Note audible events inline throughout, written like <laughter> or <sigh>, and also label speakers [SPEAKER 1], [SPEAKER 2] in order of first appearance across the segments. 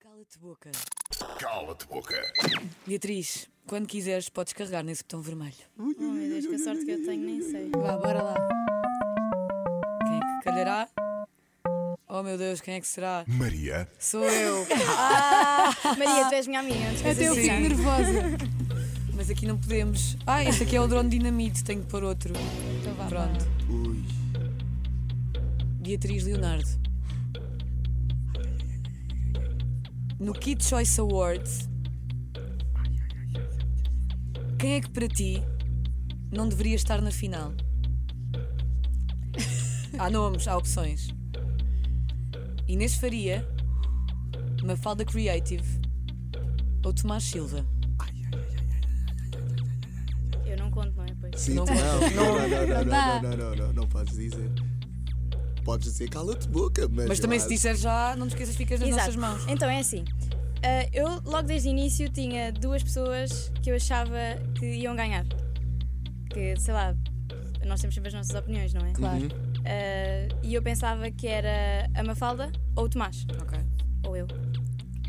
[SPEAKER 1] Cala-te boca.
[SPEAKER 2] Cala-te boca.
[SPEAKER 1] Beatriz, quando quiseres, podes carregar nesse botão vermelho.
[SPEAKER 3] Oh, meu Deus, que sorte que eu tenho,
[SPEAKER 1] <laughs>
[SPEAKER 3] nem sei.
[SPEAKER 1] Vá, bora lá. Quem é que calhará? Oh meu Deus, quem é que será?
[SPEAKER 2] Maria.
[SPEAKER 1] <laughs> Sou eu.
[SPEAKER 3] Maria, tu és minha amiga, antes que
[SPEAKER 1] Até eu
[SPEAKER 3] seja
[SPEAKER 1] fico
[SPEAKER 3] minha.
[SPEAKER 1] nervosa. <laughs> Mas aqui não podemos. Ah, este aqui é o drone dinamite, tenho que pôr outro.
[SPEAKER 3] Então vá,
[SPEAKER 1] Pronto. Beatriz Leonardo. No Kid Choice Awards, quem é que para ti não deveria estar na final? Há nomes, há opções. Inês Faria, Mafalda Creative ou Tomás Silva?
[SPEAKER 3] vá. Eu não conto, não é? Pois.
[SPEAKER 4] Sim,
[SPEAKER 1] Não
[SPEAKER 4] não,
[SPEAKER 1] gosto.
[SPEAKER 4] não, não, não, não,
[SPEAKER 3] dá.
[SPEAKER 4] não, não, não, não, não podes dizer. Podes dizer cala-te boca, mas.
[SPEAKER 1] Mas
[SPEAKER 4] eu
[SPEAKER 1] também se
[SPEAKER 4] acho-
[SPEAKER 1] disser já, não te esqueças, ficas nas nossas mãos.
[SPEAKER 3] Então é assim. Ah, eu logo desde o início tinha duas pessoas que eu achava que iam ganhar. Que, sei lá, nós temos sempre as nossas opiniões, não é?
[SPEAKER 1] Claro.
[SPEAKER 3] Ah, e eu pensava que era a Mafalda ou o Tomás.
[SPEAKER 1] Ok.
[SPEAKER 3] Ou eu.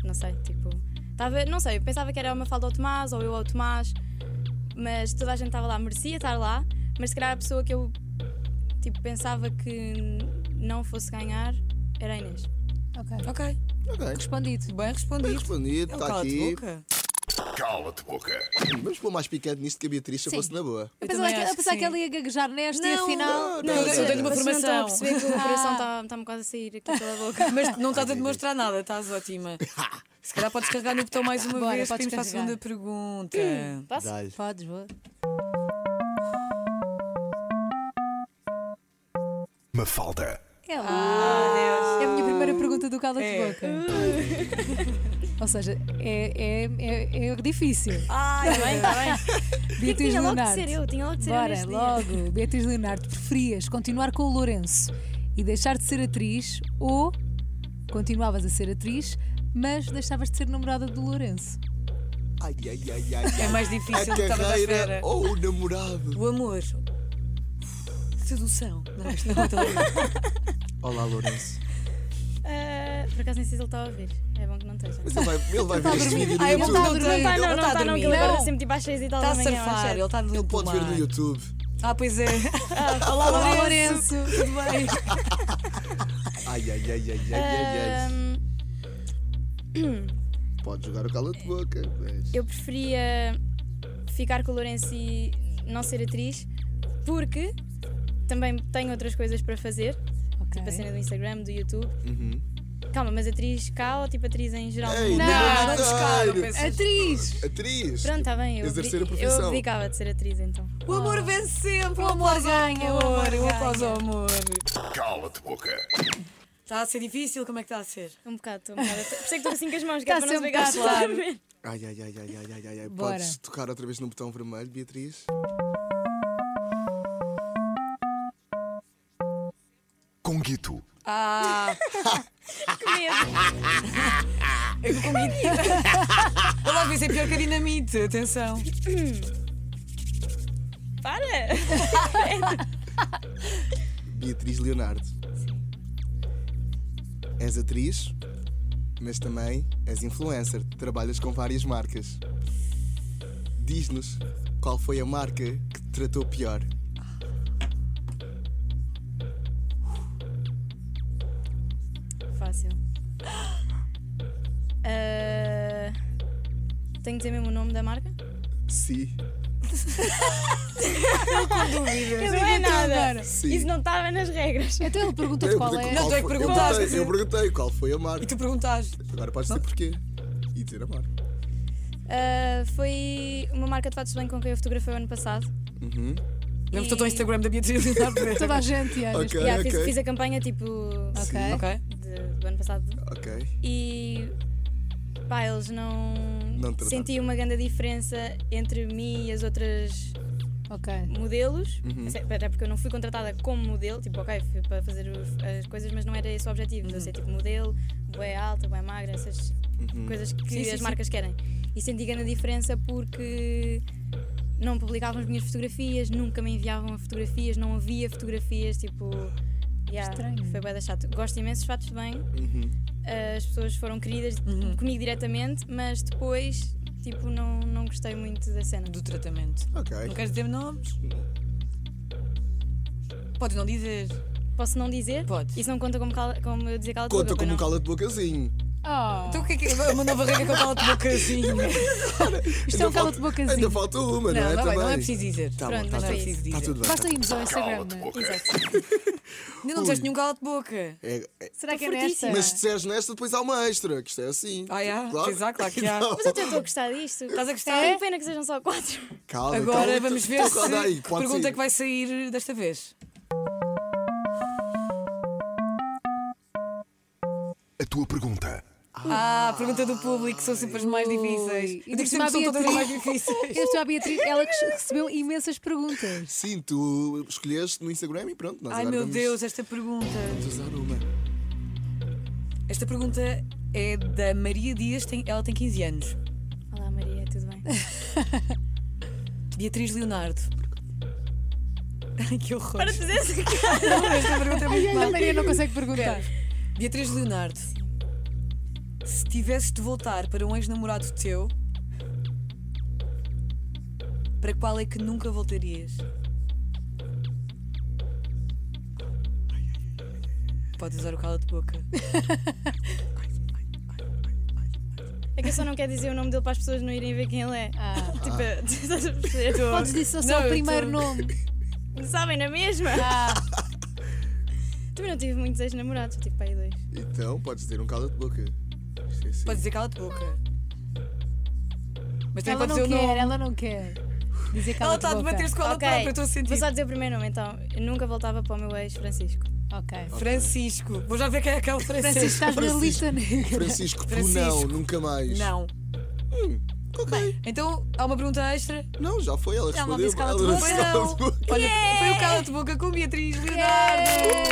[SPEAKER 3] Não sei, tipo. Tava, não sei, eu pensava que era a Mafalda ou o Tomás, ou eu ou o Tomás. Mas toda a gente estava lá, merecia estar lá. Mas se calhar a pessoa que eu tipo, pensava que não fosse ganhar era a Inês.
[SPEAKER 5] Ok.
[SPEAKER 1] Ok.
[SPEAKER 4] Ok,
[SPEAKER 5] Respondido.
[SPEAKER 1] Bem
[SPEAKER 4] bem
[SPEAKER 1] respondido.
[SPEAKER 4] respondido,
[SPEAKER 1] É o
[SPEAKER 4] está
[SPEAKER 1] cala-te
[SPEAKER 4] aqui.
[SPEAKER 1] boca.
[SPEAKER 2] Cala-te boca.
[SPEAKER 4] Vamos pôr mais picante nisto que a Beatriz se eu
[SPEAKER 3] Sim.
[SPEAKER 4] fosse na boa.
[SPEAKER 1] Eu
[SPEAKER 5] Apesar
[SPEAKER 1] também
[SPEAKER 5] que,
[SPEAKER 1] acho
[SPEAKER 5] apesar que
[SPEAKER 1] sim.
[SPEAKER 5] ela ia gaguejar nesta e
[SPEAKER 1] Não,
[SPEAKER 5] afinal.
[SPEAKER 1] Não, eu
[SPEAKER 4] Não,
[SPEAKER 1] eu tenho uma
[SPEAKER 3] Vocês não estão a
[SPEAKER 1] formação.
[SPEAKER 3] perceber que o coração
[SPEAKER 5] Ah.
[SPEAKER 3] está- está-me quase a sair aqui pela
[SPEAKER 1] <laughs>
[SPEAKER 3] boca.
[SPEAKER 1] Mas não estás a demonstrar nada, estás
[SPEAKER 4] <laughs>
[SPEAKER 1] ótima. Se calhar podes carregar no botão mais uma
[SPEAKER 5] Bora,
[SPEAKER 1] vez para
[SPEAKER 5] podes
[SPEAKER 1] irmos para a
[SPEAKER 5] carregar.
[SPEAKER 1] segunda pergunta.
[SPEAKER 3] Posso?
[SPEAKER 4] Dá-lhe.
[SPEAKER 5] Podes, vou.
[SPEAKER 2] Mafalda.
[SPEAKER 5] É lá. É a minha primeira pergunta do Cala-te
[SPEAKER 1] É.
[SPEAKER 5] Boca. Ou seja, é, é, é, é difícil.
[SPEAKER 3] Ah, está bem, está bem.
[SPEAKER 5] Beatriz
[SPEAKER 3] tinha logo de
[SPEAKER 5] Leonardo.
[SPEAKER 3] ser eu, tinha logo de ser eu.
[SPEAKER 5] Bora,
[SPEAKER 3] neste dia.
[SPEAKER 5] logo. Beatriz Leonardo, preferias continuar com o Lourenço e deixar de ser atriz ou continuavas a ser atriz, mas deixavas de ser namorada do Lourenço?
[SPEAKER 4] Ai, ai, ai, ai.
[SPEAKER 1] É
[SPEAKER 4] ai.
[SPEAKER 1] mais difícil do
[SPEAKER 4] a
[SPEAKER 1] que estavas à espera.
[SPEAKER 4] carreira ou o namorado.
[SPEAKER 1] O amor. Sedução. Não, isto
[SPEAKER 4] <laughs>
[SPEAKER 1] não estou a ver.
[SPEAKER 4] Olá, Lourenço.
[SPEAKER 3] Ah, por acaso nem sei se ele está a ouvir. É bom que não esteja.
[SPEAKER 4] Mas ele vai, ele vai ver
[SPEAKER 5] tá a
[SPEAKER 4] este
[SPEAKER 5] dormir.
[SPEAKER 4] vídeo no
[SPEAKER 5] Ai, eu vou
[SPEAKER 4] YouTube.
[SPEAKER 5] tá a dormir.
[SPEAKER 3] Não, não,
[SPEAKER 1] Ele
[SPEAKER 3] não,
[SPEAKER 1] está a
[SPEAKER 3] está não, que ele
[SPEAKER 1] dormir.
[SPEAKER 3] acorda
[SPEAKER 5] Não.
[SPEAKER 3] sempre tipo às 6 e tal
[SPEAKER 1] Está
[SPEAKER 3] da
[SPEAKER 1] a
[SPEAKER 3] manhã.
[SPEAKER 1] surfar, ele está no
[SPEAKER 4] Ele pode ver no YouTube.
[SPEAKER 1] Ah, pois é. <laughs>
[SPEAKER 3] Ah, Olá,
[SPEAKER 1] Olá,
[SPEAKER 3] Lourenço.
[SPEAKER 1] Lourenço. Tudo bem?
[SPEAKER 4] Ai, ai, ai, ai,
[SPEAKER 3] Eh,
[SPEAKER 4] ai, ai, ai.
[SPEAKER 3] Ahm,
[SPEAKER 4] Pode jogar o cala-te boca. Mas...
[SPEAKER 3] Eu preferia ficar com o Lourenço e não ser atriz, porque também tenho outras coisas para fazer,
[SPEAKER 5] Ok.
[SPEAKER 3] tipo a cena do Instagram, do YouTube.
[SPEAKER 4] Uhum. É
[SPEAKER 3] Calma, mas atriz cá ou tipo atriz em geral?
[SPEAKER 4] Ei,
[SPEAKER 3] Não.
[SPEAKER 1] Não, não descaro.
[SPEAKER 4] Verdadeiro.
[SPEAKER 1] pensas.
[SPEAKER 5] Atriz!
[SPEAKER 4] Atriz.
[SPEAKER 3] Pronto, está bem, eu,
[SPEAKER 4] Exercer a
[SPEAKER 3] abdi- eu
[SPEAKER 4] profissão.
[SPEAKER 3] abdicava de ser atriz então.
[SPEAKER 1] O amor vence sempre. O amor ganha. O amor. O aplauso ao amor.
[SPEAKER 2] Cala-te boca.
[SPEAKER 1] Está a ser difícil? Como é que está a ser?
[SPEAKER 3] Um bocado, estou um bocado. Por isso é que estou assim com as mãos, que
[SPEAKER 5] Tá
[SPEAKER 3] é para não se ver que
[SPEAKER 5] sempre
[SPEAKER 3] eu estou a
[SPEAKER 1] claro.
[SPEAKER 3] tremer.
[SPEAKER 4] Ai, ai, ai, ai, ai, ai, ai, ai.
[SPEAKER 5] Bora.
[SPEAKER 4] Podes tocar outra vez no botão vermelho, Beatriz?
[SPEAKER 2] Conguito.
[SPEAKER 1] Ah,
[SPEAKER 3] Que medo.
[SPEAKER 1] eu com Olá, vez é pior que a dinamite. Atenção.
[SPEAKER 3] <laughs> Para!
[SPEAKER 4] Beatriz Leonardo. És atriz, mas também és influencer. Trabalhas com várias marcas. Diz-nos qual foi a marca que te tratou pior.
[SPEAKER 3] Fácil. Ah, tenho que dizer mesmo o nome da marca?
[SPEAKER 4] Sim,
[SPEAKER 3] Não é nada!
[SPEAKER 4] sim.
[SPEAKER 3] Isso não estava nas regras.
[SPEAKER 5] Então ele perguntou-te
[SPEAKER 4] Eu
[SPEAKER 5] qual
[SPEAKER 4] perguntei-
[SPEAKER 5] é.
[SPEAKER 1] Não, tu é que
[SPEAKER 4] foi- eu
[SPEAKER 1] perguntaste.
[SPEAKER 4] perguntei- Eu perguntei qual foi a marca.
[SPEAKER 1] E tu perguntaste.
[SPEAKER 4] Agora podes dizer porquê. E dizer a marca.
[SPEAKER 3] Ah, foi uma marca de fatos de banho com quem eu fotografei o ano passado.
[SPEAKER 4] Uhum.
[SPEAKER 1] Vemos todo o Instagram da
[SPEAKER 4] <laughs>
[SPEAKER 1] Beatriz
[SPEAKER 4] Tá
[SPEAKER 1] Leonardo.
[SPEAKER 5] Toda a gente, olha.
[SPEAKER 4] é. Ok,
[SPEAKER 3] Yeah, fiz,
[SPEAKER 4] ok.
[SPEAKER 3] fiz a campanha tipo
[SPEAKER 5] Ok.
[SPEAKER 1] Ok.
[SPEAKER 3] de- do ano passado
[SPEAKER 4] Ok.
[SPEAKER 3] e pá, eles não,
[SPEAKER 4] Não trataram.
[SPEAKER 3] senti uma grande diferença entre mim e as outras
[SPEAKER 5] Ok.
[SPEAKER 3] modelos,
[SPEAKER 4] Uhum.
[SPEAKER 3] Até- até porque eu não fui contratada como modelo, tipo, ok, fui para fazer os- as coisas, mas não era esse o objetivo, de
[SPEAKER 4] Uhum.
[SPEAKER 3] eu ser tipo modelo, bué alta, bué magra, essas
[SPEAKER 4] Uhum.
[SPEAKER 3] coisas que
[SPEAKER 1] Sim, sim,
[SPEAKER 3] as
[SPEAKER 1] sim.
[SPEAKER 3] marcas querem. E senti grande diferença porque não publicavam as minhas fotografias, nunca me enviavam fotografias, não havia fotografias, tipo. Yeah,
[SPEAKER 5] Estranho.
[SPEAKER 3] Foi bué da chato. Gosto imenso de fatos de banho,
[SPEAKER 4] Uhum.
[SPEAKER 3] as pessoas foram queridas comigo diretamente, mas depois, tipo, não, não gostei muito da cena.
[SPEAKER 1] do tratamento.
[SPEAKER 4] Ok.
[SPEAKER 1] Não queres dizer nomes? Podes não dizer.
[SPEAKER 3] Posso não dizer?
[SPEAKER 1] Podes.
[SPEAKER 3] Isso não conta como, cala- como eu dizer cala
[SPEAKER 4] Conta
[SPEAKER 3] boca,
[SPEAKER 4] como um
[SPEAKER 3] não?
[SPEAKER 4] cala de bocazinho.
[SPEAKER 5] Oh,
[SPEAKER 1] Então o que é que é uma nova regra que eu falo de bocazinho?
[SPEAKER 5] isto é um
[SPEAKER 4] Ainda
[SPEAKER 5] cala de
[SPEAKER 4] falta- Ainda
[SPEAKER 5] bocazinho.
[SPEAKER 4] falta uma, não,
[SPEAKER 1] Não,
[SPEAKER 4] é?
[SPEAKER 1] não, é,
[SPEAKER 4] também.
[SPEAKER 1] não é preciso dizer.
[SPEAKER 4] Tá
[SPEAKER 3] Pronto,
[SPEAKER 4] bom, tá
[SPEAKER 3] mas
[SPEAKER 1] não é
[SPEAKER 3] foi
[SPEAKER 4] bem.
[SPEAKER 1] preciso
[SPEAKER 4] Tá
[SPEAKER 1] dizer.
[SPEAKER 4] tudo bem.
[SPEAKER 5] Basta irmos ao Instagram.
[SPEAKER 2] Cala-te boca.
[SPEAKER 1] Ainda não disseste nenhum cala de boca.
[SPEAKER 4] É- é-
[SPEAKER 5] Será que é
[SPEAKER 3] Fortíssima.
[SPEAKER 5] nesta?
[SPEAKER 4] mas se disseres nesta, depois há uma extra, que isto é assim.
[SPEAKER 1] Ah, é? Pois há, claro que há.
[SPEAKER 4] Então,
[SPEAKER 3] Mas eu até estou a gostar disto.
[SPEAKER 1] Estás a gostar?
[SPEAKER 3] Tenho pena que sejam só quatro.
[SPEAKER 4] Calma,
[SPEAKER 1] Agora
[SPEAKER 4] calma, então
[SPEAKER 1] vamos ver
[SPEAKER 4] calma,
[SPEAKER 1] se
[SPEAKER 4] calma aí,
[SPEAKER 1] que
[SPEAKER 4] pode
[SPEAKER 1] pergunta
[SPEAKER 4] ser.
[SPEAKER 1] que vai sair desta vez.
[SPEAKER 2] A tua pergunta.
[SPEAKER 1] Ah, a pergunta do público são sempre as mais difíceis.
[SPEAKER 5] é? E
[SPEAKER 1] Eu digo
[SPEAKER 5] disse-me
[SPEAKER 1] sempre
[SPEAKER 5] à
[SPEAKER 1] que são todas as mais
[SPEAKER 5] Beatriz.
[SPEAKER 1] difíceis.
[SPEAKER 5] Eu estou à Beatriz, ela que recebeu imensas perguntas.
[SPEAKER 4] Sim, tu escolheste no Instagram e pronto, <laughs> nós
[SPEAKER 1] Ai
[SPEAKER 4] agora
[SPEAKER 1] meu
[SPEAKER 4] vamos
[SPEAKER 1] Deus, esta pergunta.
[SPEAKER 4] usar uma.
[SPEAKER 1] Esta pergunta é da Maria Dias, tem- ela tem 15 anos.
[SPEAKER 3] Olá Maria, tudo bem?
[SPEAKER 1] Beatriz Leonardo. Ai que horror. <laughs>
[SPEAKER 3] Para fazer essa
[SPEAKER 1] Esta pergunta é muito
[SPEAKER 5] A
[SPEAKER 1] má.
[SPEAKER 5] Maria não consegue perguntar.
[SPEAKER 1] Beatriz Leonardo, se tivesses de voltar para um ex-namorado teu, para qual é que nunca voltarias? Podes usar o cala de boca.
[SPEAKER 3] É que eu só não quero dizer o nome dele para as pessoas não irem ver quem ele é.
[SPEAKER 5] Ah.
[SPEAKER 3] Tipo, <laughs> estás a perceber?
[SPEAKER 5] <laughs> Podes dizer só
[SPEAKER 1] Não,
[SPEAKER 5] o
[SPEAKER 1] eu
[SPEAKER 5] primeiro
[SPEAKER 1] tô-
[SPEAKER 5] nome.
[SPEAKER 1] <laughs>
[SPEAKER 3] Sabem, na mesma?
[SPEAKER 5] Ah,
[SPEAKER 3] Também não tive muitos ex-namorados, eu tive para aí dois.
[SPEAKER 4] Então, podes ter um cala de boca. Isto é assim.
[SPEAKER 1] Podes dizer cala de boca. Mas também
[SPEAKER 5] ela
[SPEAKER 1] pode
[SPEAKER 5] não
[SPEAKER 1] dizer o
[SPEAKER 5] quer,
[SPEAKER 1] nome.
[SPEAKER 5] ela não quer. Dizer cala
[SPEAKER 1] Ela está a debater-se com ela
[SPEAKER 3] Ok,
[SPEAKER 1] própria, eu estou a
[SPEAKER 3] Vou
[SPEAKER 1] sentir.
[SPEAKER 3] só dizer o primeiro nome então. Eu nunca voltava para o meu ex Francisco.
[SPEAKER 5] Ok.
[SPEAKER 1] Francisco. Vou já ver quem é que é o francês.
[SPEAKER 5] Francisco, estás na
[SPEAKER 4] Francisco.
[SPEAKER 5] lista negra.
[SPEAKER 4] Francisco, tu
[SPEAKER 1] Francisco.
[SPEAKER 4] não, nunca mais.
[SPEAKER 1] Não.
[SPEAKER 4] Ok.
[SPEAKER 1] Então, há uma pergunta extra?
[SPEAKER 4] Não, já foi, ela
[SPEAKER 5] Ela não
[SPEAKER 4] respondeu.
[SPEAKER 5] disse cala de
[SPEAKER 4] ela
[SPEAKER 5] boca.
[SPEAKER 1] Foi
[SPEAKER 4] disse cala de
[SPEAKER 1] não.
[SPEAKER 4] boca.
[SPEAKER 1] Olha, foi o cala de boca com Beatriz Leonardo.
[SPEAKER 5] Yay!